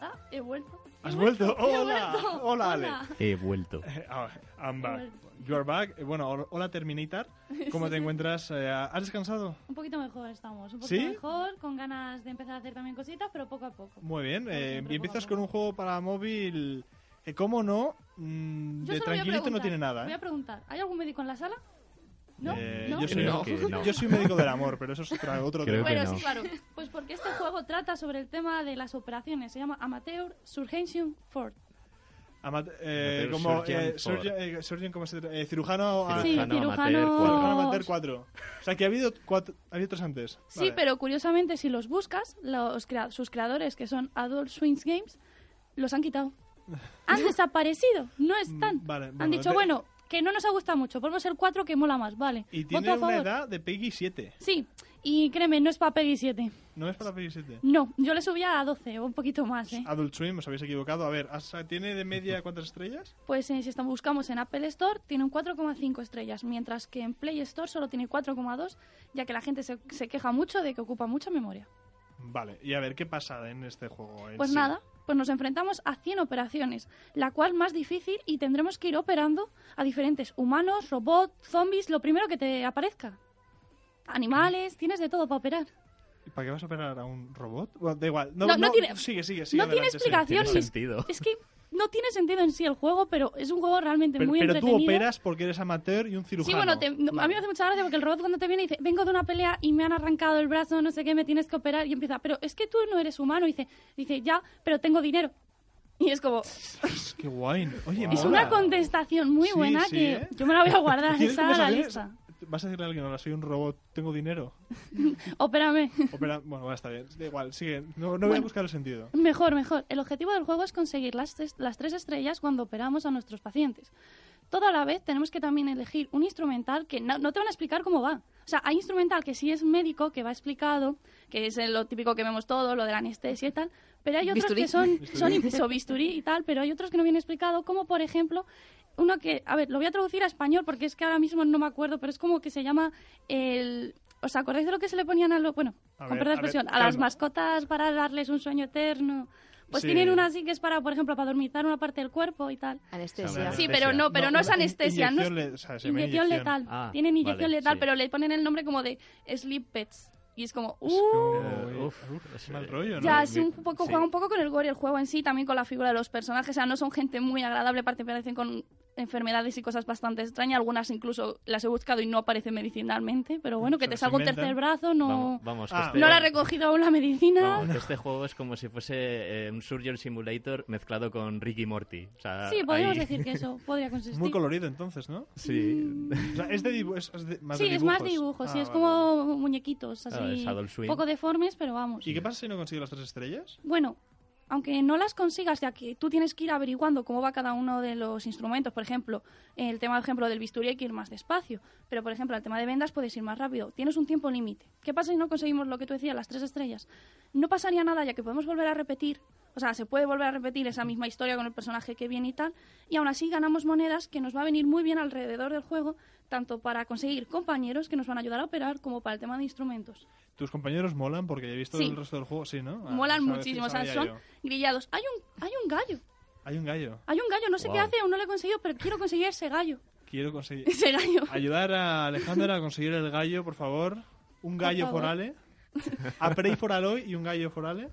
Ah, He vuelto. ¿Has vuelto? He Hola. vuelto. Hola, Ale. He vuelto. Eh, ah, I'm back. vuelto. You are back. Eh, Bueno, hor- hola Terminator. ¿Cómo te encuentras? Eh, ¿Has descansado? Un poquito mejor estamos, un ¿Sí? poquito mejor, con ganas de empezar a hacer también cositas, pero poco a poco. Muy bien. Vamos eh, siempre y empiezas poco a con un juego para móvil que, cómo no, mm, Yo solo de voy a tranquilito no preguntar, tiene nada. Voy ¿eh? a preguntar, ¿hay algún médico en la sala? ¿No? Eh, ¿No? Yo, soy, Creo que no. yo soy médico del amor, pero eso es otra- otro Creo tema. que Bueno, no. sí, claro. Pues porque este juego trata sobre el tema de las operaciones. Se llama Amateur Surgeon Ford. Amat- eh, Amateur como, Surgeon eh, Ford. surgeon- eh, surgeon, ¿cómo se tra- eh, cirujano, a- Sí, Cirujano amateur, cirujano- cuatro. cirujano amateur 4. O sea, que ha habido, cuatro, ha habido tres antes. Sí, Vale. pero curiosamente, si los buscas, los crea- sus creadores, que son Adult Swings Games, los han quitado. Han desaparecido, no están. Mm, vale, han bueno, dicho, te- bueno, que no nos ha gustado mucho, ponemos el 4 que mola más, vale. Y Voto tiene a una favor. edad de Peggy 7. Sí, y créeme, no es para Peggy 7. ¿No es para Peggy 7? No, yo le subía a 12 o un poquito más, ¿eh? Adult Swim, os habéis equivocado. A ver, ¿has- ¿tiene de media cuántas estrellas? Pues eh, si estamos, buscamos en Apple Store, tiene un 4,5 estrellas, mientras que en Play Store solo tiene 4,2, ya que la gente se, se queja mucho de que ocupa mucha memoria. Vale, y a ver, ¿qué pasa en este juego? en Pues sí? nada, pues nos enfrentamos a 100 operaciones, la cual más difícil y tendremos que ir operando a diferentes humanos, robots, zombies, lo primero que te aparezca. Animales, tienes de todo para operar. ¿Y ¿Para qué vas a operar a un robot? Bueno, da igual. No, No, no tiene- Sigue, sigue, sigue. no tiene adelante, sí. explicación Tiene ni- sentido. Es que no tiene sentido en sí el juego, pero es un juego realmente Pero, muy pero tú entretenido. operas porque eres amateur y un cirujano. Sí, bueno, te- no, a mí me hace mucha gracia porque el robot cuando te viene y dice, vengo de una pelea y me han arrancado el brazo, no sé qué, me tienes que operar y empieza, pero es que tú no eres humano, y dice, dice, ya, pero tengo dinero. Y es como, Pues Qué guay. Oye, Es es mola. una contestación muy Sí, buena sí, que ¿eh? yo me la voy a guardar, ¿Tienes esa a la conversaciones? lista. Vas a decirle a alguien, hola, soy un robot, tengo dinero. Opérame. Opera... Bueno, va, está bien. Da igual, sigue. No, no voy a Bueno. buscar el sentido. Mejor, mejor. El objetivo del juego es conseguir las, tres- las tres estrellas cuando operamos a nuestros pacientes. Toda la vez tenemos que también elegir un instrumental que no, no te van a explicar cómo va. O sea, hay instrumental que sí es médico, que va explicado, que es lo típico que vemos todo, lo de la anestesia y tal, pero hay otros Bisturí. que son, son imp- o bisturí y tal, pero hay otros que no viene explicado, como por ejemplo uno que, a ver, lo voy a traducir a español porque es que ahora mismo no me acuerdo, pero es como que se llama el... ¿Os acordáis de lo que se le ponían a los... Bueno, A con perdón ver, la a ver, expresión, a calma. las mascotas para darles un sueño eterno. Pues Sí. tienen una así que es para, por ejemplo, para dormizar una parte del cuerpo y tal. Anestesia. Sí, pero no, pero no, es una anestesia, no es inyección le- o sea, se llama inyección letal. Ah, tienen inyección vale, letal, sí. pero le ponen el nombre como de sleep pets. Y es como, Es uh, como- Eh, uf, uf, es eh, mal rollo, ¿no? ya, mi- es un poco, sí. juega un poco con el gore el juego en sí, también con la figura de los personajes. O sea, no son gente muy agradable, aparte parecen con enfermedades y cosas bastante extrañas. Algunas incluso las he buscado y no aparecen medicinalmente. Pero bueno, que Se te las salga un inventan. tercer brazo, no, Vamos, vamos, que Ah. este- no la ha recogido aún la medicina. vamos, que este juego es como si fuese eh, un Surgeon Simulator mezclado con Ricky Morty. O sea, Sí, podríamos ahí- decir que eso podría consistir. Muy colorido, entonces, ¿no? Sí, O sea, es de dibu- es- es de- más sí, de es más dibujos. dibujos, sí, Ah, es vale, Ah, vale. como muñequitos, Claro, así, es Adult Swim. poco deformes, pero vamos. ¿Y qué pasa si no consigo las tres estrellas? Bueno, aunque no las consigas, ya que tú tienes que ir averiguando cómo va cada uno de los instrumentos, por ejemplo, el tema, por ejemplo, del bisturí hay que ir más despacio, pero por ejemplo, el tema de vendas puedes ir más rápido, tienes un tiempo límite. ¿Qué pasa si no conseguimos lo que tú decías, las tres estrellas? No pasaría nada, ya que podemos volver a repetir, o sea, se puede volver a repetir esa misma historia con el personaje que viene y tal, y aún así ganamos monedas que nos va a venir muy bien alrededor del juego, tanto para conseguir compañeros que nos van a ayudar a operar como para el tema de instrumentos Tus compañeros molan porque ya he visto Sí. el resto del juego, sí, ¿no? Ah, molan sabes- muchísimo, o sea, sabía son yo. grillados. Hay un, hay un gallo, Hay un gallo. hay un gallo, no sé qué Guau. hace, aún no lo he conseguido, pero quiero conseguir ese gallo. Quiero conseguir. Ese gallo. Ayudar a Alejandra a conseguir el gallo, por favor. Un gallo favor. forale. A Prey for Aloy y un gallo forale.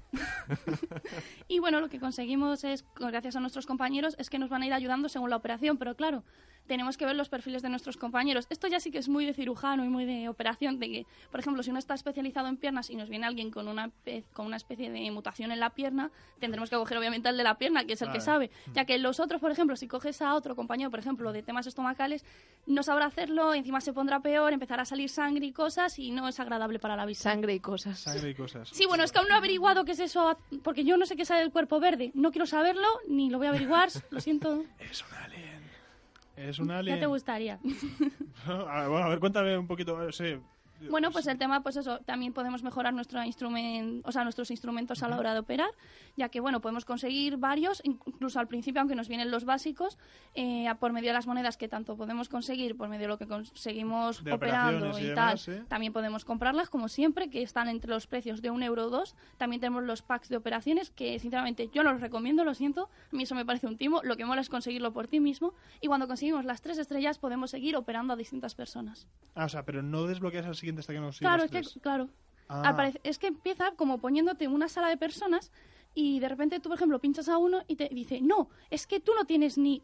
Y bueno, lo que conseguimos es, gracias a nuestros compañeros, es que nos van a ir ayudando según la operación, pero claro, tenemos que ver los perfiles de nuestros compañeros. Esto ya sí que es muy de cirujano y muy de operación, de que, por ejemplo, si uno está especializado en piernas y nos viene alguien con una, pe- con una especie de mutación en la pierna, tendremos que coger obviamente al de la pierna, que es el que Claro. sabe. Ya que los otros, por ejemplo, si coges a otro compañero, por ejemplo, de temas estomacales, no sabrá hacerlo, encima se pondrá peor, empezará a salir sangre y cosas, y no es agradable para la vista. Sangre y cosas. Sangre y cosas. Sí, bueno, es que aún no he averiguado qué es eso, porque yo no sé qué sale del cuerpo verde. No quiero saberlo, ni lo voy a averiguar, lo siento. Es un alien. Es un alien. Ah, Ya te gustaría. A ver, bueno, a ver, cuéntame un poquito. eh, Sí, Bueno, pues el tema, pues eso, también podemos mejorar nuestro instrumen- o sea, nuestros instrumentos a la hora de operar, ya que, bueno, podemos conseguir varios, incluso al principio, aunque nos vienen los básicos, eh, a- por medio de las monedas que tanto podemos conseguir, por medio de lo que conseguimos De operando operaciones y, y tal, demás, ¿eh? también podemos comprarlas, como siempre, que están entre los precios de un euro o dos. También tenemos los packs de operaciones, que sinceramente yo no los recomiendo, lo siento. A mí eso me parece un timo. Lo que mola es conseguirlo por ti mismo. Y cuando conseguimos las tres estrellas, podemos seguir operando a distintas personas. Ah, o sea, pero no desbloqueas al siguiente hasta que no sigas claro, es tres. que, claro. Ah. Al parec- es que empieza como poniéndote en una sala de personas y de repente tú, por ejemplo, pinchas a uno y te dice, no, es que tú no tienes ni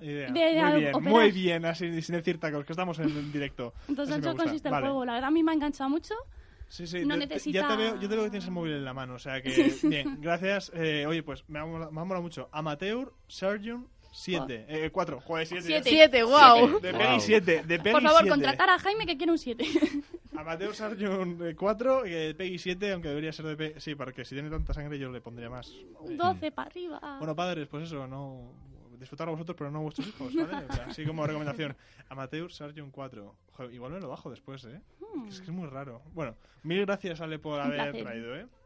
Idea. de- de muy al- bien, operar. muy bien, así sin decir tacos, que estamos en, en directo. Entonces, Así me eso gusta. consiste Vale. el juego. La verdad, a mí me ha enganchado mucho. Sí, sí, No te- te- ya necesita- te veo, yo te veo que tienes el móvil en la mano, o sea que... Bien, gracias. Eh, oye, pues me ha, mola- me ha molado mucho. Amateur, Surgeon, 7. 4, joder, 7. Siete. Siete, wow. De Wow. Penny 7, de Penny por favor, 7. contratar a Jaime que quiere un 7. Amateur Sargent 4 y eh, Peggy 7, aunque debería ser de Peggy. Sí, porque si tiene tanta sangre yo le pondría más. 12 para arriba. Bueno, padres, pues eso, no. Disfrutarlo vosotros, pero no a vuestros hijos, ¿vale? O sea, Así como recomendación. Amateur Sargent 4. Joder, igual me lo bajo después, ¿eh? Es que es muy raro. Bueno, mil gracias, Ale, por Un haber placer. traído, ¿eh?